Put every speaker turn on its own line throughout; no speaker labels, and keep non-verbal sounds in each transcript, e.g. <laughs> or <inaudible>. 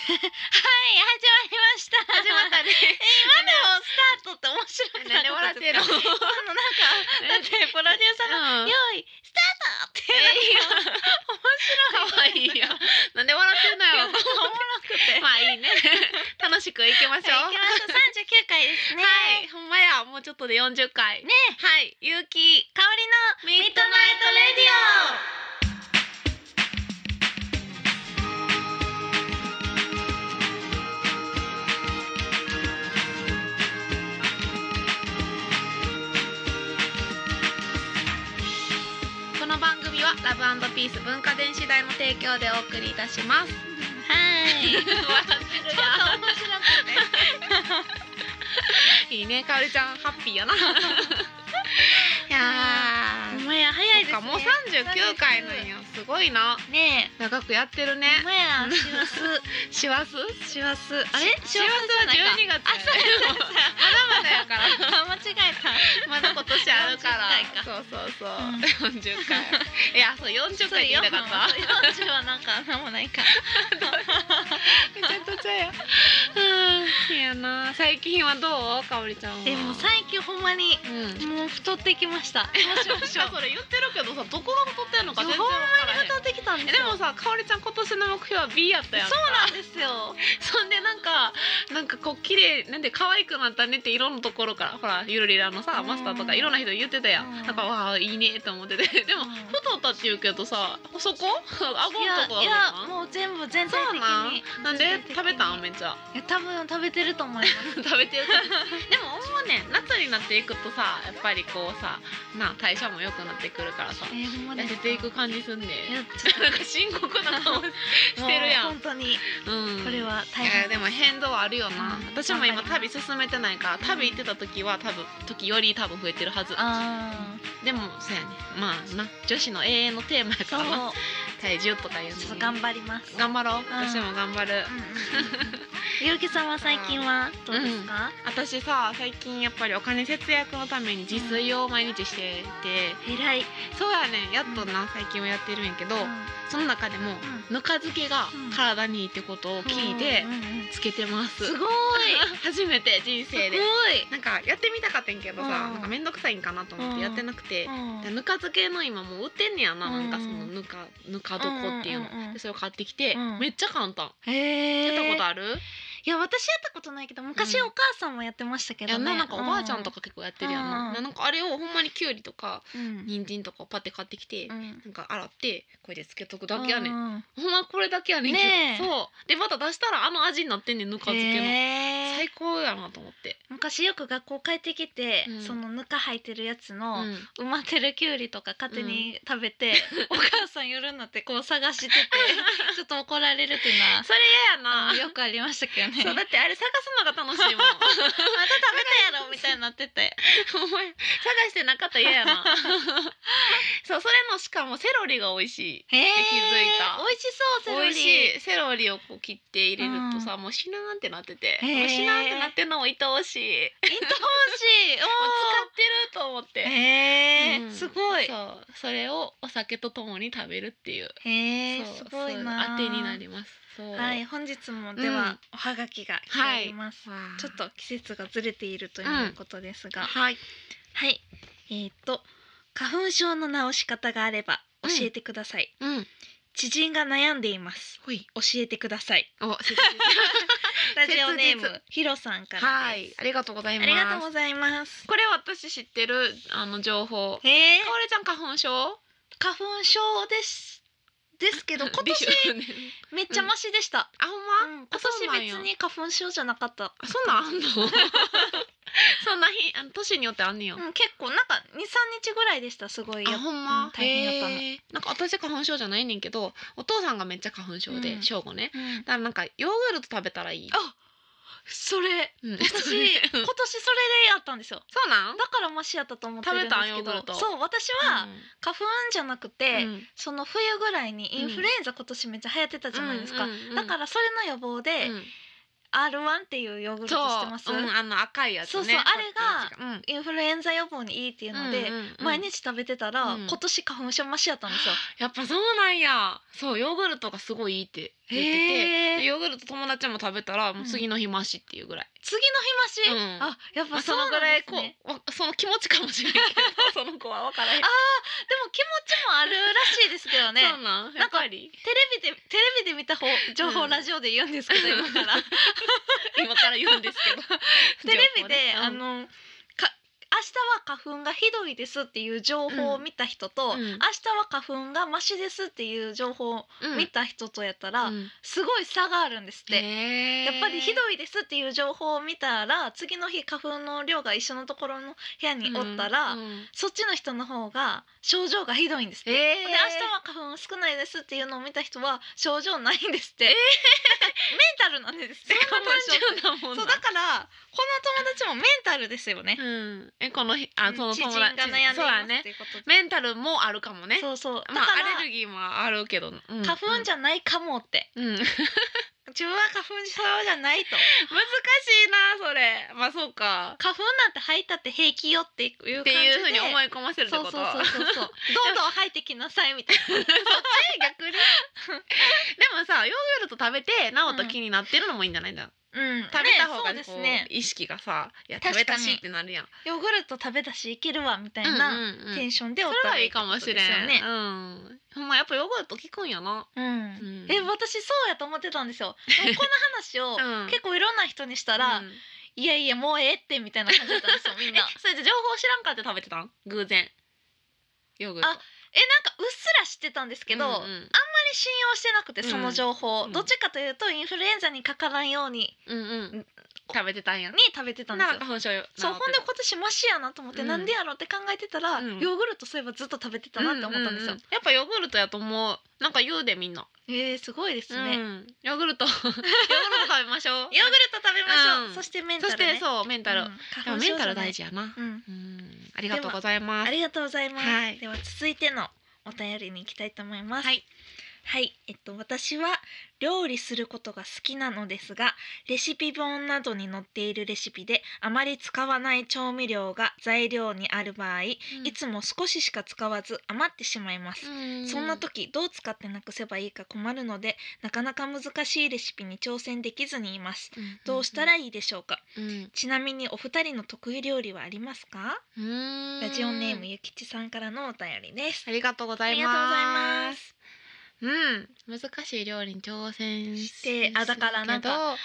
まりました。
始まったね。
え今でもスタートって面白くない。
何で笑って
今
んの
のなんかだってプロデューサーが
うん
用意スタートって
え
なんか
可愛いよ。 <laughs> なんで笑ってんの
お
よ
もろ。くて。
まあ <laughs> いいね。楽しくいきましょ
はい行
う。
きましょう。三十九回ですね。
はい、ほんまや、もうちょっとで40回。
ね
はい、ゆうき、
香りの
ミ
ミッドナイトレディオ。
オ。この番組はラブピース文化電子代の提供でお送りいたします。
はい。ちょっと面白くて。
<laughs> いいね、かおりちゃん、ハッピーや <laughs> な。いや
ほん
ー。
まや早いです
そ
ね。
っかもう三十九回なんや、すごいな。
ね
長くやってる
え。
ね
ほん。まや師走。
しわす。
師走。あれ？
しわすは
じゃない
十二月。
あそうそうそう
まだ <laughs> まだやから。
あ間違えた。
まだ今年あるか
40
ら。
回か
そうそうそ
う
う
ん。
四十回。いや、そう四十回って言いたかった。
四十はなんかなんもないか。
めちゃくちゃや。うん、いやな、最近はどう、かおりちゃんは。
でも最近ほんまに
うん。
もう太ってきました。どうしましょう
それ言ってるけどさ、どこが太ってんのか全然わからへん。
太ってきたんで
え
す
で
よ。
もさ、かおりちゃん今年の目標は B やったやん。
そうなんですよ。
<laughs> そんでなんかなんかこう綺麗なんで可愛くなったねって色のところからほらゆるりらのさ
うん
マスターとかいろんな人言ってたや
うん
んなんかわあいいねと思っててでも
うん
太ったって言うけどさそこ顎の
いや
とこが
い
な
や
ん
もう全部全体
そう
的
なん
に。
なんで食べたん
い
めっちゃ
や多分食べてると思います。
<laughs> 食べてる <laughs> でも思うねん夏になっていくとさやっぱりこうさな代謝も良くなってくるからさ
えー、ほんまです
痩せ
か
ていく感じすんねん
い
<laughs>
やちょっ
なんか深刻な顔
と
してるやん
もう本当に
うん
これは大
いや
変
でも変動はあるよな、
うん
私も今
頑張
旅進めてないから旅行ってた時は多分時より多分増えてるはず
あ
でもそうやねまあな女子の永遠のテーマや
ーそ
からな
う
体重とかいう
ちょっ
の
と
に
頑張ります。
頑張ろう、
ん
私も頑張る
うんうんうんゆうきさんは最近はどうですか？
私さ最近やっぱりお金節約のために自炊を毎日してて、
偉い。
そうやねやっとな最近はやってるんやけど、その中でも、ぬか漬けが体にいいってことを聞いて、
うんうんうん
つけてます
すごい。
<laughs> 初めて人
すご
生
い
で。なんかやってみたかったんやけど
う
さ、
ん
なんか面倒くさいんかなと思ってやってなくて、
うん
でぬか漬けの今もう売ってんねやな,、なんかその
うん
ぬかぬか床っていうの、
うんうんうん
でそれを買ってきて、
うん
めっちゃ簡単
へ
や
え。
ったことある、
いや私やったことないけど昔
うん
お母さんもやってましたけ
いや
どね。
ななんかおばあちゃんとか結構やってるやんな,、
うん
なんかあれをほんまにきゅうりとか
うん。
人参とかをパッて買ってきて、
うん
なんか洗ってこれでつけとくだけやねん、
うん
ほんまこれだけやねんけど、
ねえ
そうでまた出したらあの味になってんねんぬか漬けの、
へー
最高やなと思って、
昔よく学校帰ってきて
うん
そのぬか入ってるやつ
う
の
ん
埋まってるきゅうりとか勝手に食べ
<laughs>
て、お母さん夜になってこう探しててちょっと怒られるっていうの
<laughs>
は
それ嫌やな
あのよくありましたけどね。
そうだってあれ探すのが楽しいもん
<laughs> また食べたやろみたいになってて。
お前探してなかったら嫌やなそうそれのしかもセロリが美味しい
<laughs> へえ。
気づいた
美味しそうセロ
美
リ。
味しいセロリをこう切って入れるとさ、もう死ぬなんってなってて、
へー
もう死ぬなんってなってんのも愛おしいもう
い。美味しい。お
使ってると思っ
ー。
て、
へえ、
うん
すごい。
そうそれをお酒とともに食べるっていう、
へえ
そう
すごいな。
そう当てになりますそう
はい本日もで
う
は
ん
おはがきが来ております。
わあ
ちょっと季節がずれているということですが、
はい
はい。えーっと花粉症の治し方があれば教えてください。
うん
知人が悩んでいます。
ほい
教えてください。
お
ラジオネー
切
ムひろさんから
は
で
い
す。
ありがとうござい
あ
ます
りがとうございます。
これ私知ってるあの情報
へえ
かおれちゃん花粉症
花粉症ですです
<laughs>
けど今
でし
年
ょ
めっちゃマシでした。
あほんま、
うん
あそう
今
なんや
年別に花粉症じゃなかった。
あそんなんあん
<laughs>
のそんな日あの年によってあんねや、
うん結構なんか二三日ぐらいでしたすごい
あほんま、
うん大変やったの
へーなんか私花粉症じゃないねんけどお父さんがめっちゃ花粉症
う
で
ん
正午、ね
うん
だからなんかヨーグルト食べたらいい
あそれ
うん
私今年それで
<laughs> そう
やったんですよ。
なん
だからマシやったと思ってるんですけ
食べたんヨーグル
ど、
ト
そう私は花粉じゃなくて、
うん
その冬ぐらいにインフルエンザ今年めっちゃ流行ってたじゃないですか。
うんうんうん
だからそれの予防で、
うん
R1 っていうヨーグルト知ってます
そう、うん、あの赤いやつね
そうそうあ
れが、うん
インフルエンザ予防にいいっていうので、
うんうんうん
毎日食べてたら、
うん
今年花粉症マシやったんですよ。
やっぱそうなんやそうヨーグルトがすごいいいって言って
へ
て
ー
でヨーグルト友達も食べたらもう次の日マシっていうぐらい、
次の日増し、
うん
あやっぱ
まあ、そ
そうな
の
ん
ぐらい
です
こう
ね
わその気持ちかもしれないけどその子は分からへん
あでも気持ちもあるらしいですけどね <laughs>
そうなんやっぱり
テレビでテレビで見た方情報、
うん
ラジオで言うんですけど今から
<laughs> 今から言うんですけど
<laughs> テレビ
情報
で
ね、
あのか明日は花粉がひどいですっていう情報を見た人と、
うんうん
明日は花粉がマシですっていう情報を
うん
見た人とやったら、
うん
すごい差があるんですって。
へ
や
ー
っぱりひどいですっていう情報を見たら次の日花粉の量が一緒のところの部屋におったら、
うんうん
そっちの人の方が症状がひどいんですって。
えー
で明日は花粉少ないですっていうのを見た人は症状ないんですって。なんかメンタルなんですって。
そんな単純なもん
そ
な
うだからこの友達もメンタルですよね。
うん、えこのひあその
知人
友
が悩
達
んでい
そうだ
ますっ
ね
ていうことで。
メンタルもあるかもね
そうそう。だから、
まあアレルギーもあるけど、うん
花粉じゃないかもって。
うん、 <laughs> 難しい
自分は花粉症じゃないと。
なそれまあそうか
花粉なんて吐いたって平気よっていう感じで。
っていうふうに思い込ませるって
そう
こ
そう
と
そうそうそう。 <laughs> どんどん入ってきなさいみたいな。そっち逆
<laughs>
に。
でもさヨーグルト食べてなおと気になってるのもいいんじゃないんだ、
うん。
食べた方が
ね
ね
そうですね。
こう意識がさいや
確
食
かに
べたしってなるやん
ヨーグルト食べたしいけるわみたい
うん
な
うんうん
テンションでお
そ
っ
れ
たら
はいいかもしれん、
いいってこ
うんほんまやっぱヨーグルト効くんやな
とですよね。うん。
うん
え私そうやと思ってたんですよ。でもこの話を
うん
結構いろんな人にしたら、
うん
いやいやもうええってみたいな感じだったんですよみん
<laughs> え
な。
それじゃ情報知らんかって食べてたん偶然ヨーグルト
あえなんかうっすら知ってたんですけど、あんま
う
り
ん
信用してなくてその情報、
うん
どっちかというとインフルエンザにかからんように
うんうんうん食べてたんや
に食べてたんで
な
すよ
んか。花粉症よ
そう
治
ほ
って
ん
た
で今年マシやなと思って、
うん
なんでやろうって考えてたら、
うん
ヨーグルトそういえばずっと食べてたなって思ったんですよ、
うううやっぱヨーグルトやと思うなんか言うでみんな、
えー、すごいですね、ヨーグル
うんヨーグル <laughs> トヨーグルト食べましょう
ト食べましょう、
うん
そしてメンタ
そ
ル
し
ね
てそうメンタル、
うん
でもメンタル大、事やな
花粉症じゃないうん、
うんありがとうございま
あ
す
りがとうございます、
はい
では続いてのお便りに行きたいと思います
はい、
はいえっと私は料理することが好きなのですがレシピ本などに載っているレシピであまり使わない調味料が材料にある場合、いつも少ししか使わず余ってしまいますそんな時どう使ってなくせばいいか困るのでなかなか難しいレシピに挑戦できずにいますどうしたらいいでしょうか
うん
ちなみにお二人の得意料理はありますか
うん
ラジオネームゆきちさんからのお便りです
ありがとうござ
あ
い
り
ま
が
す
とうございます
うん難しい料理に挑戦
してあだからなんか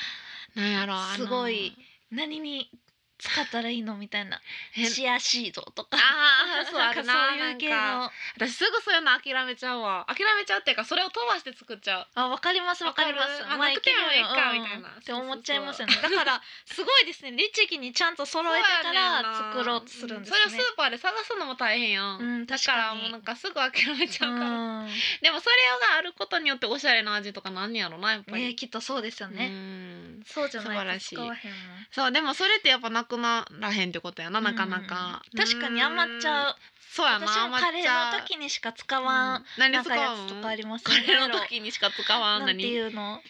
するけどなんやろあ
す
の
ごい何に使ったらいいのみたいな
え
シアシードとか
<laughs> あー
<laughs>
そう
な
あ
んか
る
そ
な
ういう系
なんか
の
私すぐそういうの諦めちゃうわ諦めちゃうっていうかそれを飛ばして作っちゃう
あわかりますわかります
わかる
まあ
なくてもいいか
けるよ
みたいな
うんって思っちゃいますよねだからすごいですね律儀にちゃんと揃えてから作ろうとするんですね
それをスーパーで探すのも大変やん、
うん
だ
確
から
か
もう
に
なんかすぐ諦めちゃうから、
うん
でもそれがあることによっておしゃれな味とかなんねやろなやっぱ
ね
り、
きっとそうですよ
う
ね
ん
そうじゃないと
素晴らしい
使わへんもん
そうでもそれってやっぱなくならへんってことやななかなか、
うん確かに余っち
うん
ゃう
そうやな
私もカレーの
余っちゃう
時にしか使わん
うん何
な
使
んかや
う
つ
ん
とかあります
カ
ね
レーの時にしか使わん
なんていうの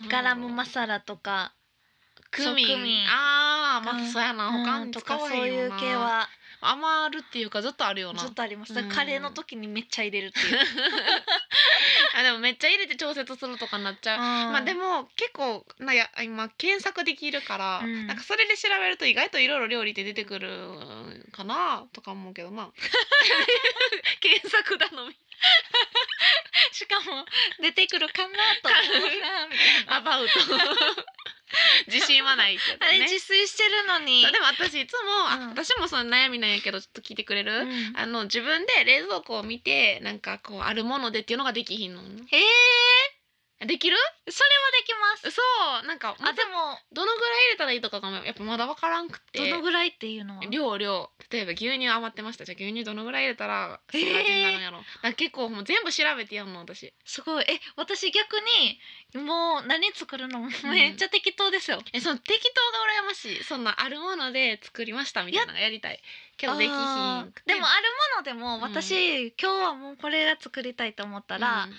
何
ガラムマサラとか
クミン
そうクミン
ああま
う
あ
ん
そうやな他
うん
に
と
使
か
わ
そう
へん
い
よ
う
な
系は
余るっていうかずっとあるよな
ずっとありますだから
うん
カレーの時にめっちゃ入れるって
<laughs>
いう
あでもめっちゃ入れて調節するとかなっちゃう、ま
ま
あでも結構なや今検索できるから、
うん
なんかそれで調べると意外といろいろ料理って出てくるかなとか思うけ
<laughs>
どな検索頼み
しかも出てくるかなと思う
<laughs>
なみたいな
アバウト自信はないけど
あれ
ね
自炊してるのに
そうでも私いつも、
うん
あ私もその悩みなんやけどちょっと聞いてくれる、
うん
あの自分で冷蔵庫を見てなんかこうあるものでっていうのができひんの
へえ
できる
それはできます
そうなんか
あでも
どのぐらい入れたらいいとかがやっぱまだわからんくて
どのぐらいっていうのは
量量例えば牛乳余ってましたじゃあ牛乳どのぐらい入れたら
えー
そういう味になるんやろ、なんか結構もう全部調べてやんの私
すごいえ私逆にもう何作るのもめっちゃ適当ですよ、
えその適当が羨ましいそんなあるもので作りましたみたいなのやりたいけどできひん
あー
くて
でもあるものでも
ん
私、今日はもうこれが作りたいと思ったら、
うん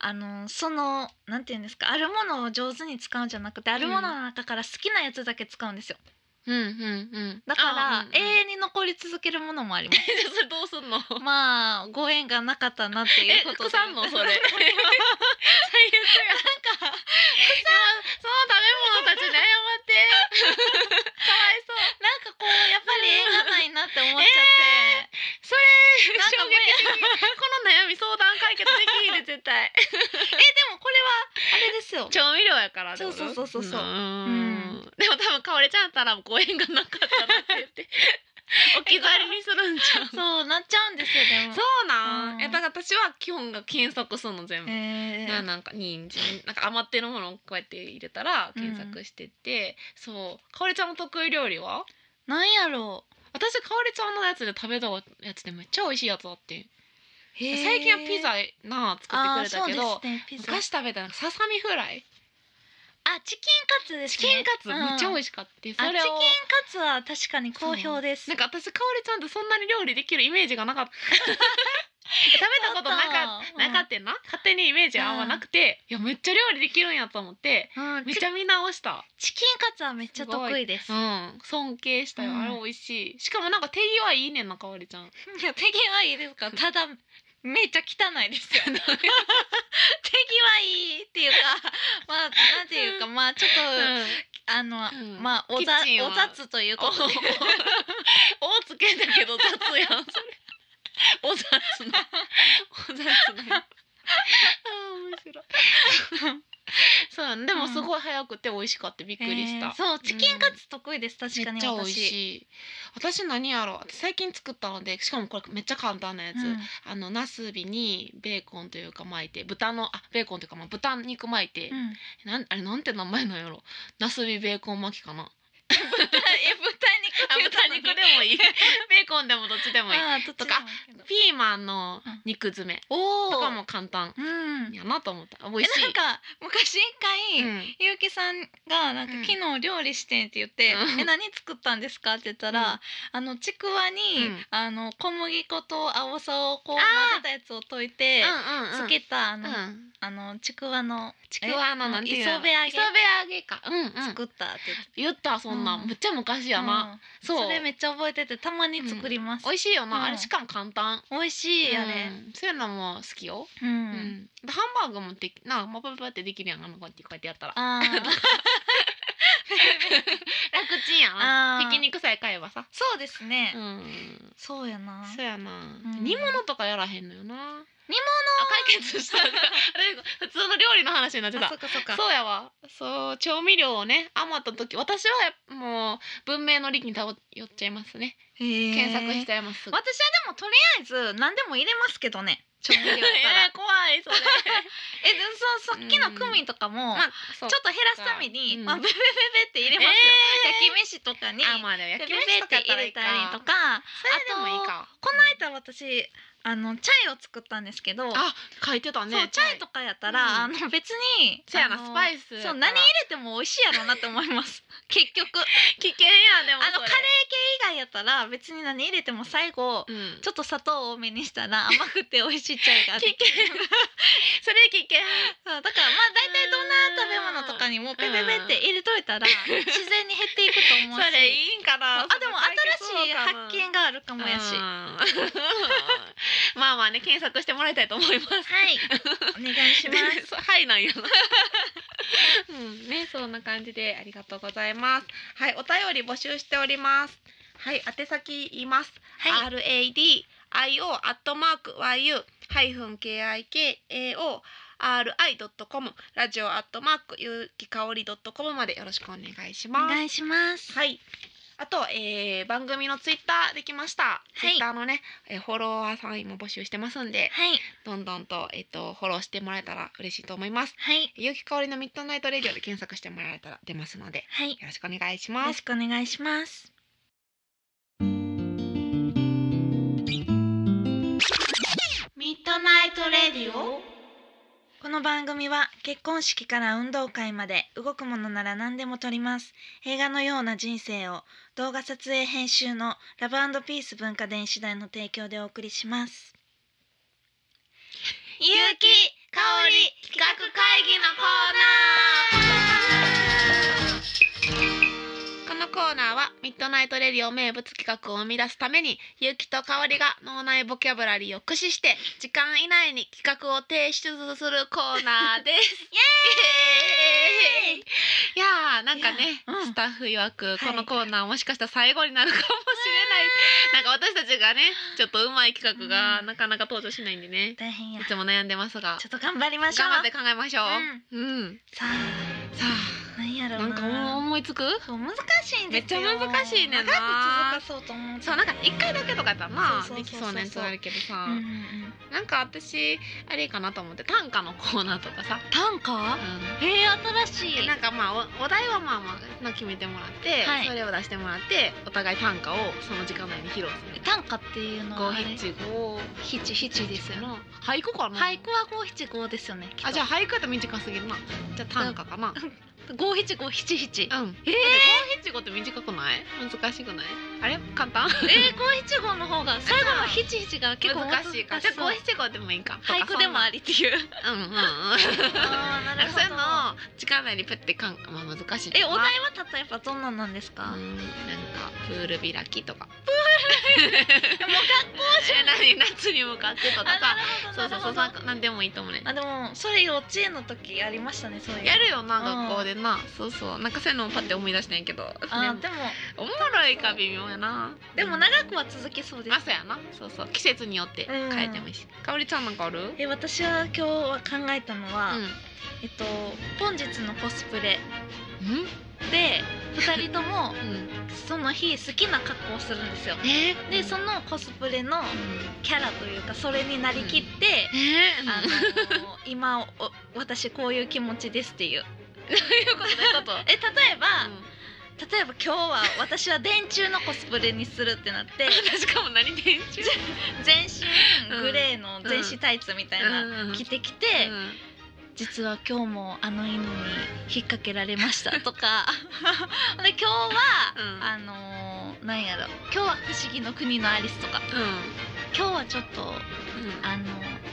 あのそのなんていうんですかあるものを上手に使うんじゃなくてあるものの中から好きなやつだけ使うんですよ
うんうんうん
だから、
あ
永
ーうんうん
遠に残り続けるものもあり
<laughs>
ます
じゃあそれどうすんの
まあご縁がなかったなっていう
<laughs> え
ことで
腐んのそれ最悪
なんか
や <laughs> そう
なんかこうやっぱり映画ないなって思っちゃ
<laughs>
って、
それ
なんか
衝
もう
撃的この悩み相談解決できひんで絶対
えでもこれはあれですよ
調味料やからってこと
そうそうそうそうそう
ー
うん
でも多分かおりちゃんやったらご縁がなかったなって言って置き去りにするんちゃう
そうなっちゃうんですよでも
<laughs> そうなん、
うん
えだから私は基本が検索するの全部、
え
ななんか人参なんか余ってるものをこうやって入れたら検索してて、そうかおりちゃんの得意料理は
なんやろう
私かおりちゃんのやつで食べたやつでめっちゃ美味しいやつあって、
へー
最近はピザな作
あーそ
ってくれたけど
う、ですねピザ
昔食べたなんかささみフライ
あチキンカツです
チ
ね
キンカツめっちゃ美
い
味しかった、
あ
そ
チキン
れを
カツは確かに好評です
なんか私かおりちゃんってそんなに料理できるイメージ
<laughs>
がなかった食べたことなか
そうだ
なかったよな勝手にイメージあんまなくて、いやめっちゃ料理できるんやと思って
うん
めっ
チ
ちゃ見直した
チキンカツはめっちゃ得意です
うん尊敬したよ、
うん
あれ美味しいしかもなんか手際いいねんなかおりちゃん
いや手際いいですかただめっちゃ汚いですよ手 <laughs> 際いいっていうかまあなんていうかまあちょっと、あの、
うん
まあおざ
キッチン
<laughs>
は
お雑という
お
こ
お
とで
つけたけど雑やんそれ <laughs> お雑なお雑 <laughs> なあー面
<laughs>
白いそうやんでもすごい早くて美味しかったびっくりした、
えーそうチキンカツ得意です、確か
めっ
に
ちゃ美味
私
しい私何やろう私最近作ったのでしかもこれめっちゃ簡単なやつ、
うん
あのなすびにベーコンというか巻いて豚のあベーコンというかまあ豚肉巻いて、
うん、
なんあれなんて名前なんやろなすびベーコン巻きかな
え <laughs> 豚肉
豚肉でもいい <laughs> ベーコンでもどっちでもいい
あーどっちでもいい
とかピーマンの肉詰め
おお
とかも簡単
うん
やなと思った美
え
味しい
なんか昔一回、
うん
ゆうきさんがなんか
うん
昨日料理してんって言って、
うん
え何作ったんですかって言った
う
ら、あのちくわに、
うん
あの小麦粉と青さをこう混ぜ
あー
たやつを溶いて
うんうんうん
つけたあ
う
の、
ん
あのちくわの
ちくわの
え
なんていうの
磯辺揚げ
磯辺揚げかうんうん
作ったって言って
言ったそんな
うん
めっちゃ昔
た、
やな
うん
そう
それめっちゃ覚えててたまに作ります、
美味しいよな、
うん
あれしかも簡単
美味しいあれ、
うんそういうのも好きよ、
うん
うんでハンバーグもできなまパパパってできるやんあのこうやってこうやってやったら楽 <laughs>
あー
ちんや
あー
なひき肉さえ買えばさ
そうですね、
うん
そうやな
そうやな、
うん
煮物とかやらへんのよな煮物解
<laughs>
決したあれ普通の料理の話になっちゃっ
あそ
た
っかそっか
そうやわそう調味料をね余った時私はやもう文明の利に頼っちゃいますね検
検
索しちゃいま
私
す
はでもとりあえず何でも入れますけどね調味料やっ
い
たら <laughs>
や怖いそれ
えでそうさっきのクミンとかも、
まあそう
ちょっと減らすために、
うん
まあ、ベベベベって入れますよ、焼き飯とかに
あまあで
ベ
も焼
ベベ
き飯と
って
かやった
入
らい
れ
いか
たりとか
それでもいいか
この間私あのチャイを作ったんですけど、
あ書いてたね
そうチャイとかやったら、
うん
あの別に
そうやな
あの
スパイスやったら
そう何入れても美味しいやろうなって思います結局
危険やでも
あのカレー
それ
系以外やったら別に何入れても最後
うん
ちょっと砂糖多めにした
<laughs>
ら甘くて美味しいチャイができる
それ危険
そうだからまあ大体どんな食べ物とかにもペペペって入れといたら自然に減っていくと思
<laughs> そう
し
れいいんかな
あでも新しい発見があるかもやし
う
は
ん <laughs> まあまあね検索してもらいたいと思います
いお願いします
す <laughs> はいなんやなうんねそんな感じでありがとうございますはいお便り募集しておりますはい宛先言います
はい
RADIO アットマーク YU ハイフン KIKAO RI.com ラジオアットマークゆうきかおり .com までよろしくお願いし
お
ます
願いします
はいあと、えー、番組のツイッターできました、
い
ツイッターのね、えー、フォロワーさんも募集してますんで
はい
どんどんと,、えっとフォローしてもらえたら嬉しいと思います
はい
ゆうきかおりのミッドナイトレディオで検索してもらえたら出ますので
はいよ
よろしくお願いし
ろ
ます
しくお願いします
ミッドナイトレディオ
この番組は結婚式から運動会まで動くものなら何でも撮ります映画のような人生を動画撮影編集のラブピース文化電子台の提供でお送りしますゆうきかおり企画会議のコーナー
このココーナーはミッドナイトレディオ名物企画を生み出すためにゆうきとかおりが脳内ボキャブラリーを駆使して時間以内に企画を提出するコーナーです。イエーイいやーなんかね、
いやうん
スタッフ曰
は
く
い
このコーナーもしかしたら最後になるかもしれない、なんか私たちがねちょっとうまい企画が
うん
なかなか登場しないんでね、
大変や
いつも悩んでますが
ちょっと頑張りましょう
頑張って考えましょう、うん
さあ
さ
なんやろ
あ
うな
なんかもう思いつく
そう難しいんですよ
めっちゃ難しいねんな
長く続かそうと思う
そうなんか一回だけとかやったらな
そうそうそうそう
できそうなやつあるけどさ、
うんうんうん
なんか私あれかなと思って短歌のコーナーとかさ、
短歌
う
へえ新
ん
し
で
い
なんかまあおお題はまあまあ決めてもらって、
はい
それを出してもらってお互い短歌をその時間内に披露する
短歌っていうの
五
はあれ
七五
七七ですよね
の俳句かな
俳句は五七五ですよねきっと
あじゃあ俳句やったら短すぎるなじゃあ短歌かな
五七五七七
うん
えー
五七五って短くない難しくないあれ簡単
えー五七五の方が最後の七七が結構
難しいかじゃあ
そう
五七五でもいいか
俳句でもあ
り
りっていう
うんうんうん
あー <laughs>
なんかそういうのを時間内にプッてかん、まあ、難しい
えお題は
か
例えばどんなんなんです
な
かも
う
うん
なんかプール開きとか
学校じゃ
え何夏に向かってと
あ
かさそ
な
うそ
るほ
う
ど
そう
な
な
る
ん
ほ
かなんでもいいと思うね
どあでもそれ幼稚園の時ありましたねそういう
やるよな
うん
学校でなそうそうなんかそういうのをパッて思い出したんやけど
あ
ね
ーでも
おもろいか微妙やな
でも長くは続きそうです
まさやなそうそう季節によって変えてもいいし、かおりちゃんなんかあるうん
え私は今日は考えたのは、えっと本日のコスプレで2人とも
うん
その日好きな格好をするん <laughs> ですよ
え
でそのコスプレのキャラというかそれになりきって、
え
あ
あ
の
の
ー今お私こういう気持ちですっていう
<laughs> いうことでちょっと
え例えば、例えば今日は私は電柱のコスプレにするってな
<laughs>
って
私かも何電柱
全身グレーの全身タイツみたいな、着てきて、実は今日もあの犬に引っ掛けられましたと
<laughs>
かで今日は、
うん
あのーなんやろ今日は不思議の国のアリスとか
うんうん
今日はちょっとあの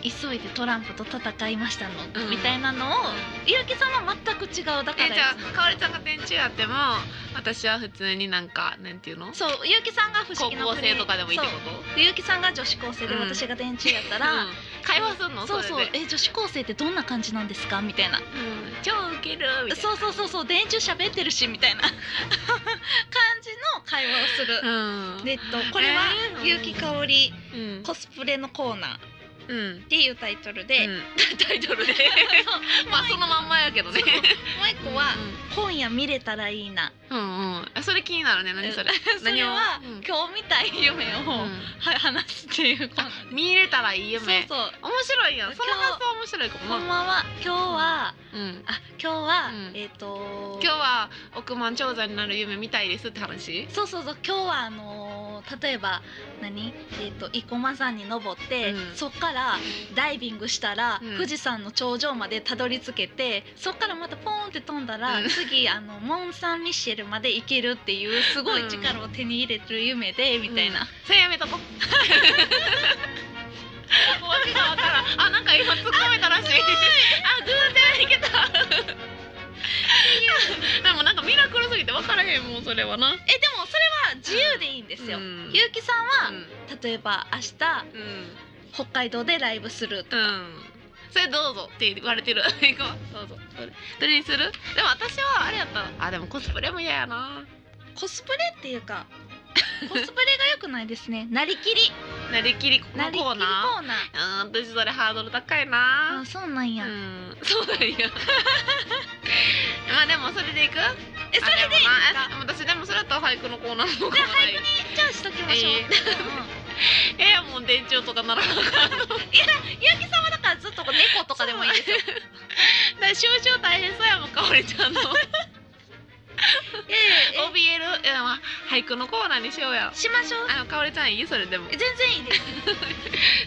急いでトランプと戦いましたの、
うん
みたいなのを結城さんは全く違うだから
えじゃあかおりちゃんが電柱やっても私は普通になんかなんていうの
そう結城さんが不思
高
議の国
校生とかでもいいってこ
そう
と
で結城さんが女子高生で
うん
私が電柱やったら、
うん会話すんの
そう
れ
そう
で
え女子高生ってどんな感じなんですかみたいな
うん超ウケるみたいな
そうそうそうそう電柱喋ってるしみたいな感じの会話をする、
うん
でえっとこれは
え
「
ー
結城かおり
うん
コスプレのコーナー」っ
うん
ていうタイトルで、
うんタイトルでまあそのまんまやけどね
そうもう一個は
うん
「今夜見れたらいいな
うんうん。あそれ気になるね。何それ。
<laughs> それは、
何をうん
今日見たい夢を、は
うん
話すっていうコーナーで
見れたらいい夢。
そうそう
面白いやん。そ
今日
の発想面白いか
こ
も
ん
な。
ばんは今日は
うん。
あ今日は、
うん
えっ、と
今日は億万長者になる夢見たいですって話。
そうそうそう今日はあのー例えば何えっ、と生駒山に登って、
うん
そっからダイビングしたら、
うん
富士山の頂上までたどり着けてそっからまたポーンって飛んだら、
うん
次あのモン・サン・ミッシェルまで行けるっていうすごい力を手に入れてる夢で、みたい
<laughs>
な、
それやめとこ。わけが
<laughs>
わからん。あなんか今突っ込めたらしい。あ偶 <laughs> 然いけた。でもなんかミラクルすぎて分からへんもうそれはな。
えでもそれは自由でいいんですよ、
うん
ゆうきさんは、
うん
例えば明日
うん。
北海道でライブすると
う
か、
ん。それどうぞって言われてる。 <laughs> 行こう。どうぞ。どれどれにする？でも私はあれやった。あでもコスプレも嫌やな。
コスプレっていうかコスプレが良くないですねなりきり
なりきりこの
なりきり
コ
コ
ー
ーナ
ナ
ー
ー。うん。私それハードル高い
あ
な。
そうなん
う
や、
ん。そうだよ。 <laughs> まあでもそれでいく？
えそれでいい
あでもなあ私でもそれだったら俳句のコーナーの方がいい。
じゃあしときましょう、
ええ <laughs> えやんもう電柱とかならなあかん。
ゆうきさんはだからずっとこう猫とかでもいいですよ
だから収集大変そうやもんかおりちゃんの。 <laughs>
いやいやえ
怯える。いやまあ俳句のコーナーにしようや。
しましょう
あのかおりちゃんいいそれでも
え。全然いいです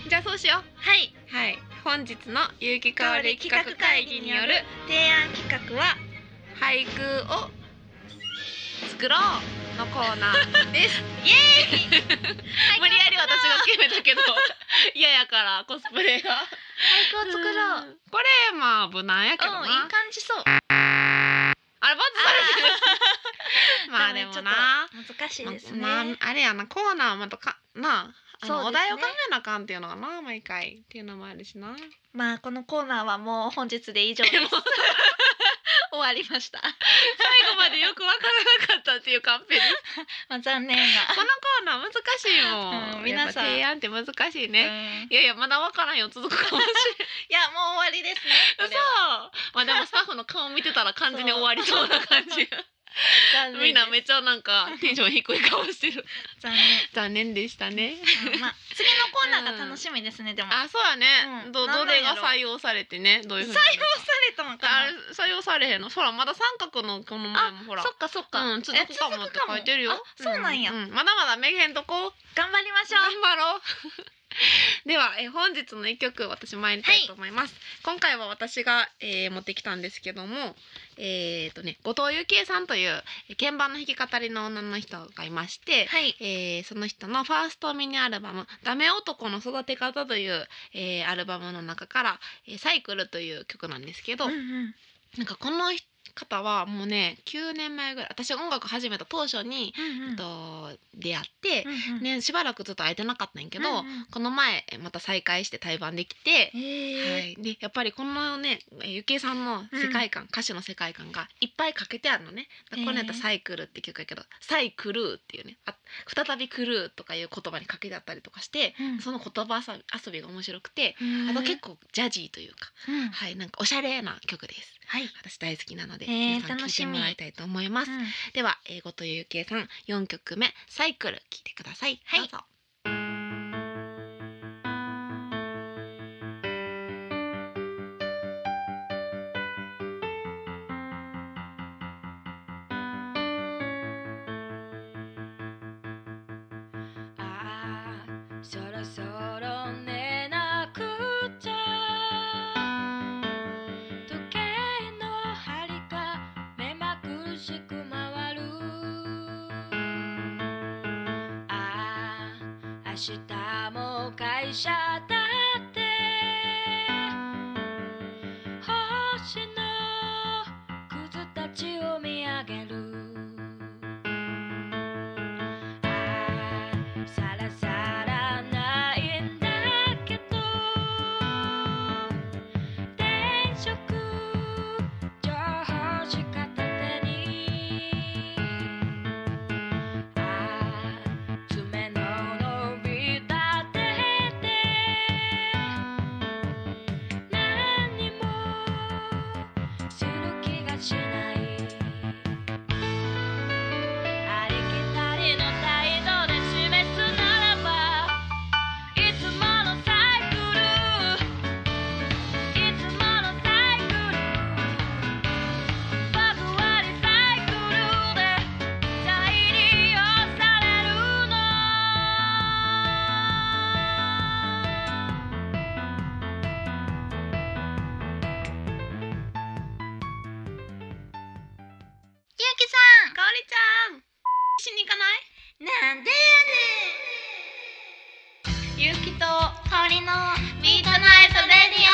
じゃあそうしよう。
はい
はい、本日の有機香り企画会議による
提案企画は
俳句を作ろうのコーナーです。無理やり私が決めた
<laughs>
けど、嫌やからコスプレが。
俳句を作ろう俳句を作ろう
これまあ無難やけど
うん、
な。
いい感じそう
あれバツされてるまあでも
ちょっと
な
難しいですね、
まああれやなコーナーはまたかなああの、
そう
お
ですね
題を考えなあかんっていうのがな毎回っていうのもあるし
<laughs>
な
まあこのコーナーはもう本日で以上です <laughs>
でも
終わりました、
最後までよくわからなかったっていうカンペで
まあ、残念な
このコーナー難しいもん、
<laughs> うん皆さん
やっぱ提案って難しい
うん
ね、いやいやまだわからんよ続くかもし
いやもう終わりですね
れん
<laughs> これは
嘘まあでもスタッフの顔見てたら完全に終わりそうな感じ
残念です
みんなめっちゃなんかテンション低い顔してる
<laughs> 残念
残念でしたね
うんまあ、次のコーナーが楽しみですね、でも。
あそうやね、
うん
ど
な
ど
んなん
れ
やろ
が採用されてねどういう
採
ふ
用
う
さ
に
れたのか
あ
な
れ。採用されへんのほらまだ三角のこの前もほら
そっかそっか。
うん、続くかもって書いてるよ
え続くかもあそうなんや。
うまだまだめげんとこ
頑張りましょ
頑
う。
張ろう <laughs> ではえー本日の一曲私参りたいと思います、今回は私が、えー持ってきたんですけどもえー、とね後藤幸恵さんというえー鍵盤の弾き語りの女の人がいまして、
はい。
えーその人のファーストミニアルバム「ダメ男の育て方」という、えーアルバムの中から「えーサイクル」という曲なんですけど、
うんうん
なんかこの方はもうね9年前ぐらい私が音楽始めた当初に、
うんうん
と出会って
う、んうん
ね、しばらくずっと会えてなかったんやけど、
うんうん
この前また再会して対バンできて。は
えー
い、でやっぱりこのねえゆきえさんの世界観、歌詞の世界観がいっぱいかけてあるのねだからこれやった
へ
ら
え
サイクル」って曲やけど「サイクル」っていうねあ「再びクルー」とかいう言葉にかけてあったりとかして、
うん
その言葉遊び遊びが面白くて、
うん
あと結構ジャジーというか、
うん
はいなんかおしゃれな曲です
はい。
私大好きなので、
へえ
皆さん聴いてもらいたいと思います、
うん
では、えー、後藤ゆきえさん四曲目サイクル聞いてください、
はい
どうぞ
ああそろそろ寝なくちゃ時計の針が目まぐるしく回るああ明日も会社だって星のくずたちを見上げる「さらさらないんだけど」「転職情報しかた手に」「ああ爪の伸びた手で」「何もする気がしない」ありきたりの態度で示すならばいつものサイクルいつものサイクルバズワリサイクルで再利用されるの
ゆうきさん、かおりちゃん。しに行かない。なんでやねん。ゆうきとかおりのミートナイトレディ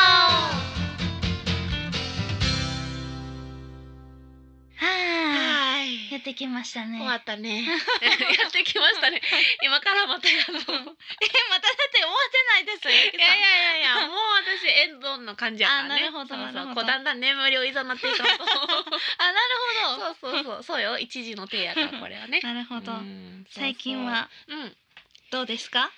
オ。はーい。
は
やってきましたね。
終わったね <laughs> やってきました <laughs> ね今からまたや <laughs> ろ
え
う
まただって終わってないですよ。
いやいやいや <laughs> いやもう私エンドの感じやからね
あなるほど
そうそ
な
う
るほど
こうだんだん眠りをいざなっていく
あなるほど。
<laughs> そうそうそうそうよ一時の手やからこれはね
なるほど
う。んそうそう
最近は
うん
どうですか？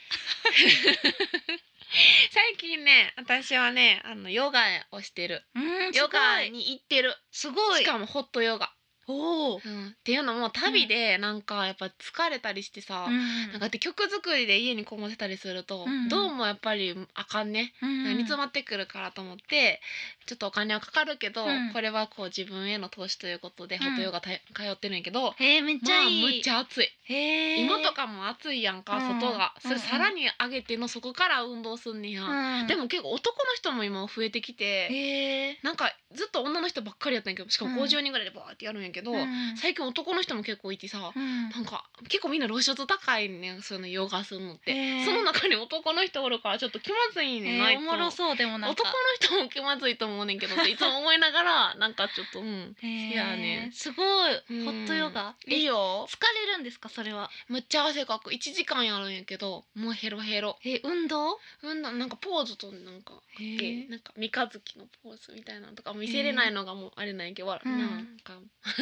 最近ね私はねあのヨガをしてる
うん
ヨガに行ってる
すご
し
い。
かもホットヨガ、
おお。
うん、っていうのも旅でなんかやっぱ疲れたりしてさ、なんかで曲作りで家にこもってたりすると、
うん
どうもやっぱりあかんね、
何
煮詰まってくるからと思ってちょっとお金はかかるけど、
うん
これはこう自分への投資ということで
ん
ホットヨガた通ってるんやけど、
えー、めっち
ま
ゃ
あ
いい。
むっちゃ暑い、
へー
今とかも暑いやんか、
うん
外がそ
うん
れさらに上げてのそこから運動すんねや、
うん
でも結構男の人も今増えてきて、
へえ。
なんかずっと女の人ばっかりやったんやけどしかも
うん
50人ぐらいでバーってやるんやけど、
うん
最近男の人も結構いてさ、
うん
なんか結構みんな露出高いねんそういうのヨガするのって、
へー
その中に男の人おるからちょっと気まずいねんな、
え
い
ー、お
つ
もろそうでもなんか
男の人も気まずいと思うねんけどっていつも思いながらなんかちょっとうん
へー
いやね
すごい、
うん
ホットヨガえ
いいよ
疲れるんですかそれは
むっちゃ汗かく1時間やるんやけどもうヘロヘロ
え運動
うんななんかポーズとなんか
へ
けなんか三日月のポーズみたいなのとか見せれないのがもうあれなんやけど、わ
うん
なんか <laughs>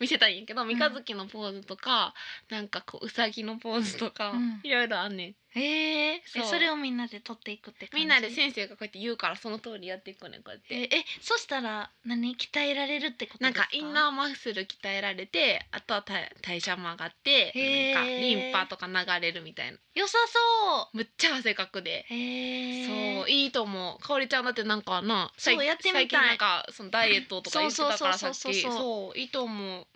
見せたいんやけど三日月のポーズとか、なんかこううさぎのポーズとか、
うん
いろいろあんねん
へえ
そう
それをみんなで取っていくって感じ
みんなで先生がこうやって言うからその通りやっていくねんこうやっ
え
て。
えそしたら何鍛えられるってこと
な
で
ん
すか
かインナーマッスル鍛えられてあとは代代謝も上がって
へー
なんかリンパとか流れるみたいな
良さそ
むっちゃ汗かくで
うへえ
そういいと思うかおりちゃんだってなんかな
そう
最近
やってみたい
最近なんかそのダイエットとか言ってたか
そ
らさ
う
っ
そうそうそう
き
そう
そういいと思う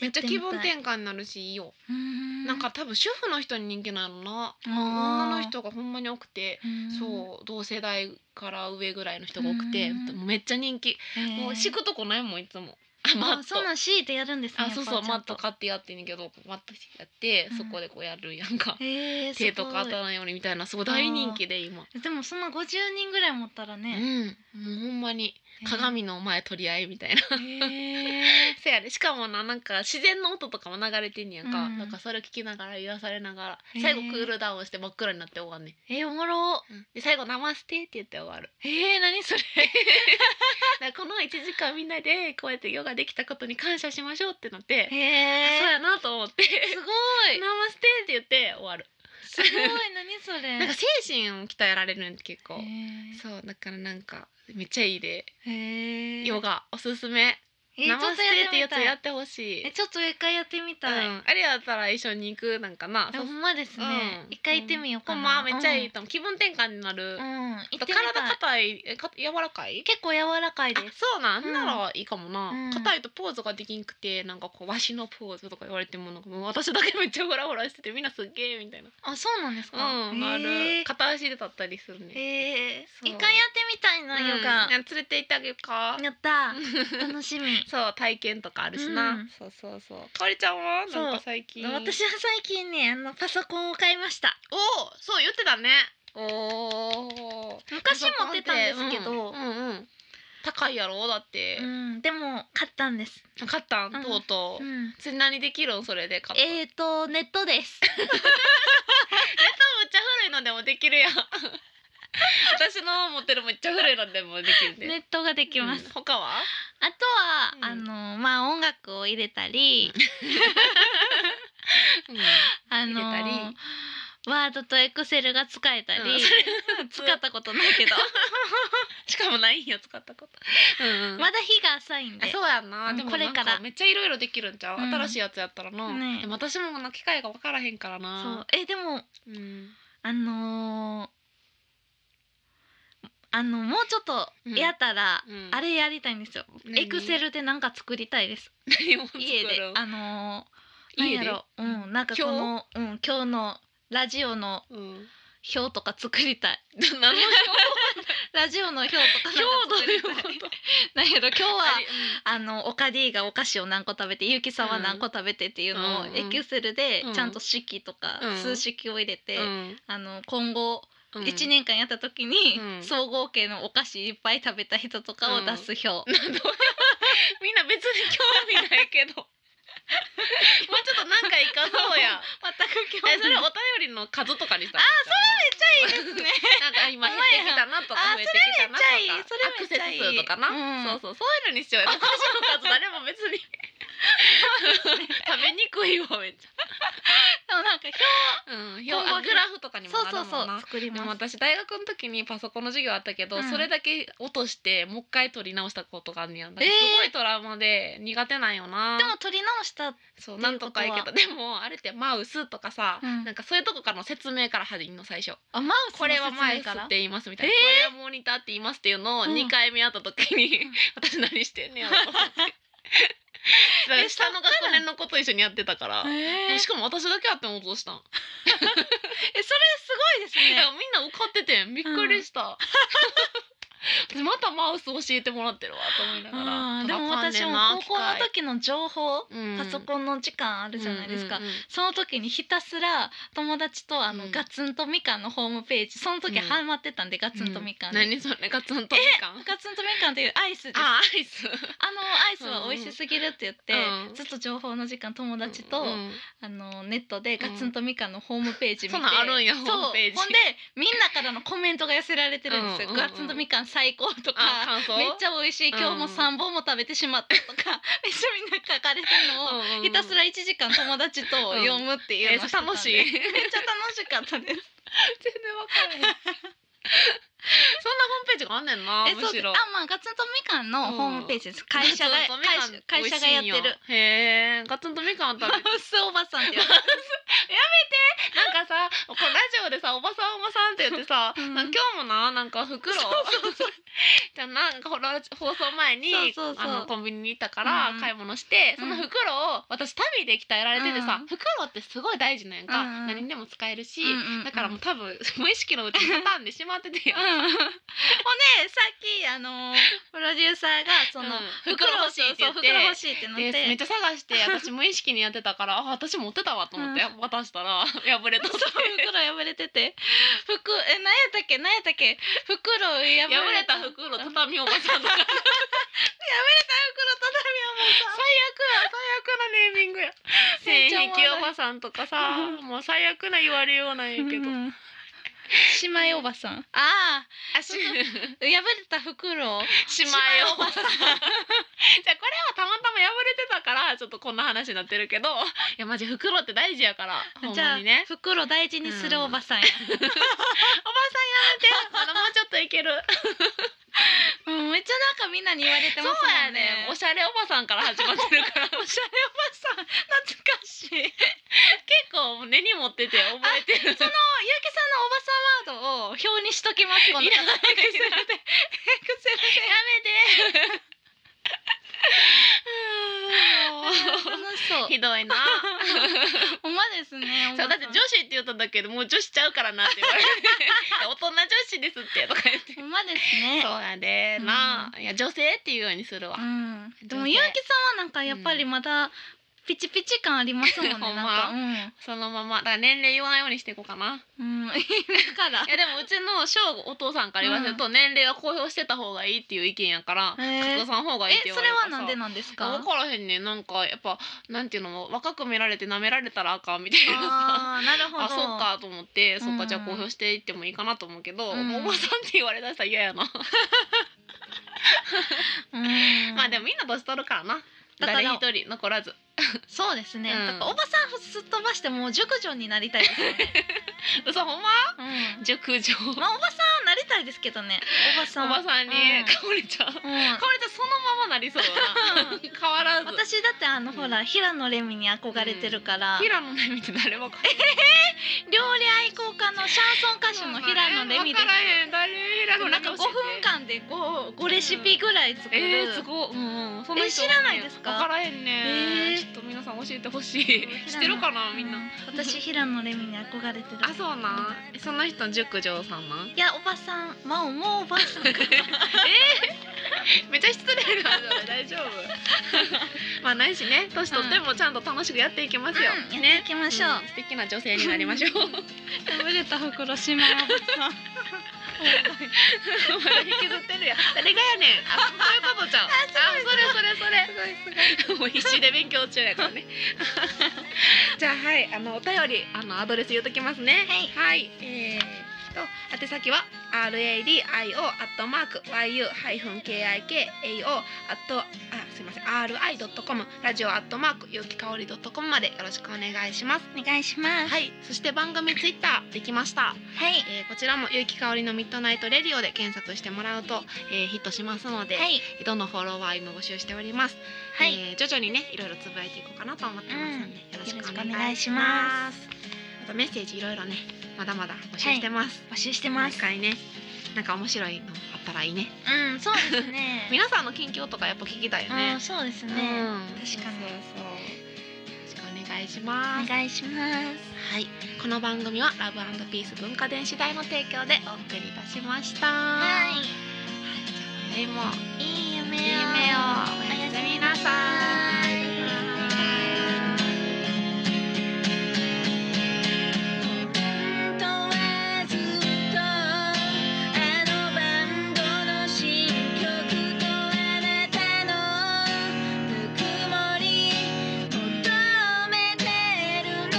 めっちゃ
やって
気
みたい
分転換になるしいいよ
うーん
なんか多分主婦の人に人気なのな
女
女の人がほんまに多くてそう同世代から上ぐらいの人が多くて
うん
もうめっちゃ人気
うん
もう敷くとこないもんいつもあ <laughs> マ
あ
ット
そうなん敷いてやるんですね
あそうそうマット
か
買ってやってんねんけどマットやって
うん
そこでこうやるやんか
へえ
手とか当た
す
らないようにみたいなすごい大人気で今
ごいでもそんな50人ぐらい持ったら
う
ね、
んもうほんまに鏡の前取り合いみたいな
へえ
<laughs> せやでしかもななんか自然の音とかも流れてんねやんか、
うん
なんかそれを聞きながら癒されながら
へー
最後クールダウンして真っ暗になって終わんねん
えおもろ
で最後「ナマステ」って言って終わ <laughs> る
えー、何それ
だからこの1時間みんなでこうやってヨガできたことに感謝しましょうってなっ
へ
て、そう
え
やなと思って
すご
「
い
ナマステ」って言って終わる
すごい何それ
なんか精神を鍛えられるんで結構
へえ
そうだからなんかめっちゃいいで
へえ
ヨガおすすめ「
えー、
ナ
ちょ
マ
っ
ス
と
テ」
や
っ
っててみ
やつ
たい
やってほしい
えちょっと一回やってみたい、
うん、あれやったら一緒に行くなんかな
あほんまですね、
うん
一回行ってみようか
ほん
な、
まめっちゃいいと思う、気分転換になる、
うん、う
あ
ん、行ってみ
と
たい
体硬いえか柔らかい
結構柔らかい
あ
です
そうなんなんならいいかも
うん
な硬、いとポーズができんくてなんかこうわしのポーズとか言われてもなんかもう私だけめっちゃフラフラしててみんなすっげえみたいな
あそうなんですか、
うんあ
へ
る
え
片足で立ったりするね
へえ
そう
一回やってみたいなヨガ、
うん連れて行ってあげようか
やったー
<laughs>
楽しみ
そう体験とかあるしな、
うん
そうそうそうかおりちゃんは
そう
なんか最近
私は最近ねあのパソコンを買いました
おおそう言ってたねおお
昔持ってたんですけど
うんうんうん高いやろだって
う、んでも買ったんです
買ったん
うん
とうとう、
うん
それ何できるんそれで買った
えーとネットです
<laughs> めっちゃ古いのでもで
<laughs>
きるやん私の持ってるめっちゃ古いのでもできるね
ネットができます、
うん他は
あとは、
うん
あのまあ音楽を入れたり、あの
入れたり
ワードとエクセルが使えたり、
うん
<laughs>
そ
使ったことないけど
しかもないんや使ったこと、うんうん
まだ日が浅いん
あ
で
そうやんな、
うん
でも
これ
なんか
から
めっちゃいろいろできるんちゃう、
うん
新しいやつやったらな、
ね
でも私もな機械が分からへんから
そう
な
えでも
う、ん、
あのーあのもうちょっ
うん
とやったら、
うん
あれやりたいんですよ
何
エクセルでなんか作りたいです
何を作る
家であのー、
家で
なんやろうんなんかこのうん今日のラジオの
<laughs> うん、
表とか作りたい
何の
ラジオの表とかなんか
表
作り
どう
たい <laughs>
いうこと
なんやろ今日は
あ
あのオカディがお菓子を何個食べてゆきさんは何個食べてっていうのを、
うん
エクセルで
うん
ちゃんと式とか
うん
数式を入れて、
うん
あの今後
うん
1年間やった時に、
うん
総合計のお菓子いっぱい食べた人とかを出す表、
みんな別に興味ないけ <laughs> どもうちょっとなんかいかそう <laughs> や
全く興
えそ
味
れ
ない
お便りの数とかにしたらあ
それめっちゃいい <laughs> ですね
<laughs> なんか今減ってきたなとか
あ
増えてきたなとか
それめっちゃいいそれめっちゃいい
アクセス数とかな、
うん
そうそうそういうのにしようよ私の数誰も別
<laughs>
に食べにくいわめっちゃ、
でもなんか表
うん、
今後
あグラフとかにも
そう
なる
そ
も
うん
な
そう作り
でも
ます
私大学の時にパソコンの授業あったけど、
うん
それだけ落としてもう一回取り直したことがあんねやんだから
えー
すごいトラウマで苦手なんよな、
でも取り直した
そうなんとかいいけどでもあれってマウスとかさ、
うん
なんかそういうとこからの説明から始めるの最初
あマウスの
これはマウスっ
説明から
て言いますみたいな、
え
これはモニターって言いますっていうのを
うん
2回目会った時に、
ん
私何して
<laughs>
んねやろと思ってだから下の学年の子と一緒にやってたから、
<laughs> えー
しかも私だけやって落としたん、
えそれすごいです
いや
ね
みんな受かっててんびっくりした、 <laughs> 私またマウス教えてもらってるわと思いなが
う
ら
んでも私も高校の時の情報、パソ
ン
コンの時間あるじゃないですか、
うんうんうん
その時にひたすら友達とあの、
うん
ガツンとみかんのホームページその時
うん
ハマってたんで、ガツンとみかんに、
何それガツンとみかん
ガツンとみかんというアイスですあ
あアイス
のアイスは美味しすぎるって言って、
うんうん
ずっと情報の時間友達と、
うん
あのネットでガツンとみかんのホームページ見て、
そんなんあるんや
そう
ホームページ
ほんでみんなからのコメントが寄せられてるんですよ、
うんうんうん
ガツンとみかん最高と
あ
か
感想
めっちゃ美味しい
うん
今日も3本も食べてしまったと
<laughs>
か、めっちゃみんな書かれてるのを、
うんうん
ひたすら1時間友達と読むっていうのをしてたんで
うんえ楽 <laughs> しい
めっちゃ楽しかったです
全然わからへんそんなホームページ <laughs> があんねんな
え
む
そう
しろ
あまあガツンとみかんのホームページです会社が
ガツンとみかん
会社会社がやって
美味
る
しいんやへえガツンとみかん食べ <laughs>
マ
て
ウスおばさんって言われて
なんかさこのラジオでさおばさんおばさんって言って <laughs> さ、
うん
なんか今日もななんか袋を <laughs> じゃあなんかほら放送前に
そうそうそう
あのコンビニに行ったから
うん
買い物して、
うん
その袋を私旅で鍛えられててさ、
うん
袋ってすごい大事なんやんか、
うんうん
何にでも使えるし、
うんうんうん
だからもう多分無意識のうちに畳んでしまってて
うん、ほん
<laughs>
でさっきあのープロデューサーがその、
うん
袋欲しいって言って
そう袋欲
しいってな
でめっちゃ探 <laughs> して私無意識にやってたからあ私持ってたわと思って渡したら破れとって <laughs>
そう袋破れてて服え何やったっけ何やったっけ袋破れ
破れた
袋畳
袋畳おばさん <laughs> とか最悪なネーミン <laughs> グや
め
線
っちゃ
引
おも
き
ろい
おばさんとかさもう最悪な言われようなんや
う
けど
ん姉妹おばさんああ
あ <laughs> し姉妹
破れた袋を
おばさん <laughs> じゃあこれはたまたま破れてたからちょっとこんな話になってるけどいやマジ袋って大事やからほん
じゃ
ま
あ、
にね
袋大事にするおばさんや、
でまだもうちょっといける
うん、めっちゃなんかみんなに言われて
そう
ますも
や
んね
ねおしゃれおばさんから始まってるから
おしゃれおばさん懐かしい
結構根に持ってて覚えてる
そのゆうきさんのおばさんワードを表にしときます今度
いらない
エクセルでエクセルで楽
<laughs>
しそう
ひどいな
<laughs> ほんまです <laughs> ね
そうだって女
子
子って言っただけでもう女子ちゃうからなって言わ <laughs> れて大人女子ですってとか言って
ほんまですね
そうやでな、いや女性っていうようにするわ、
うんでも
女性
ゆうきさんはなんかやっぱりまだピチピチ感ありますもんね
ほん
な
ま
んか
そのままだから年齢言わないようにしていこうかな
うん、うん、 <laughs> だから
いやでもうちの翔お父さんから言わせると年齢は公表してた方がいいっていう意見やから
へー
隠さん方がいいっ
え
て言
そ
われ
れ
るから
はなんでなんですか
分からへんねんなんかやっぱなんていうのも若く見られて舐められたらあかんみたいなさ
あーなるほど
<laughs> あそうかと思ってそっ
う
か
ん
じゃあ公表していってもいいかなと思うけど、
うん
もうおばさんって言われだしたら嫌やな、
うん
<laughs> まあでもみんな年取るからな
だから
誰一人残らず
そうですね、
うん
だからおばさんすっ飛ばしてもう熟女になりたいですよね、
嘘ほんま
うん
熟女 <laughs> お
まあおばさんなりたいですけどね。おばさん。
ばさんに
うん
かおりちゃんかおりち
うん
ゃんそのままなりそうだな変わらず
私だってあの、ほら平野レミに憧れてるから、料
平野レミって誰わかんない
理愛好家のシャンソン歌手の平野レミです
わからへん誰
で
平
も
野
な
レ
ん
ミ
か5
教えて
分間で 5, 5レシピぐらい作る、
えー、すごい、うんうん、そんな人お
え知
んね
らないですか
わからへんね、
えー
ちょっと皆さん教えてほしい知ってるかなみんな、
う私平野レミに憧れてる
あそうなんえその人熟女さんなん
いやおばさんまあもうおばさんか
めっちゃ失礼なので大丈夫 <laughs> まあないしね年取ってもちゃんと楽しくやっていきますよ、
うんやって
ね
いきましょう
うん素敵な女性になりましょうまだ
破れた袋しまいおばさん
引きずってるやん誰がやねんあそういうことじゃんあそれそれそれもう必死で勉強中やから <laughs> ねじゃあはいあのお便りあのアドレス言うときますね
はい
はい、えー、っと宛先は radio アットマーク yu ハイフン k i k a o アットあすみません r i ドットコムラジオアットマークゆきかおりドットコムまでよろしくお願いします。
お願いします
はい、そして番組ツイッターできました。
はい
えー、こちらもゆきかおりのミッドナイトレディオで検索してもらうと、えー、ヒットしますので、
はい
どのフォロワーも募集しております。
はい
えー徐々にねいろいろつぶやいていこうかなと思ってますので、よろしくお
よろしくお願
願
い
い
し
し
ま
ます。あとメッセージいろいろねまだまだ募集してます。
募集してま
毎
す
回ねなんか面白いのあったらいいね。
<laughs> うんそうです <laughs> ね
皆さんの近況とかやっぱ聞きたいよ
う
ね
ん。そうですね、
うん
確かに
そうそうそうよろしくお願いしま
お
す。
願いします
はい、この番組はラブピース文化電子台の提供でお送りいたしました。
は
はいいじゃ次も
いい夢を
いい夢をおやすみなさい
本当はずっとあのバンドの新曲とあなたのぬくもり求めてるの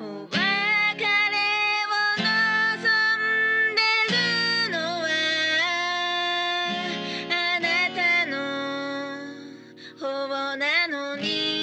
お別れを望んでるのはあなたの方なのに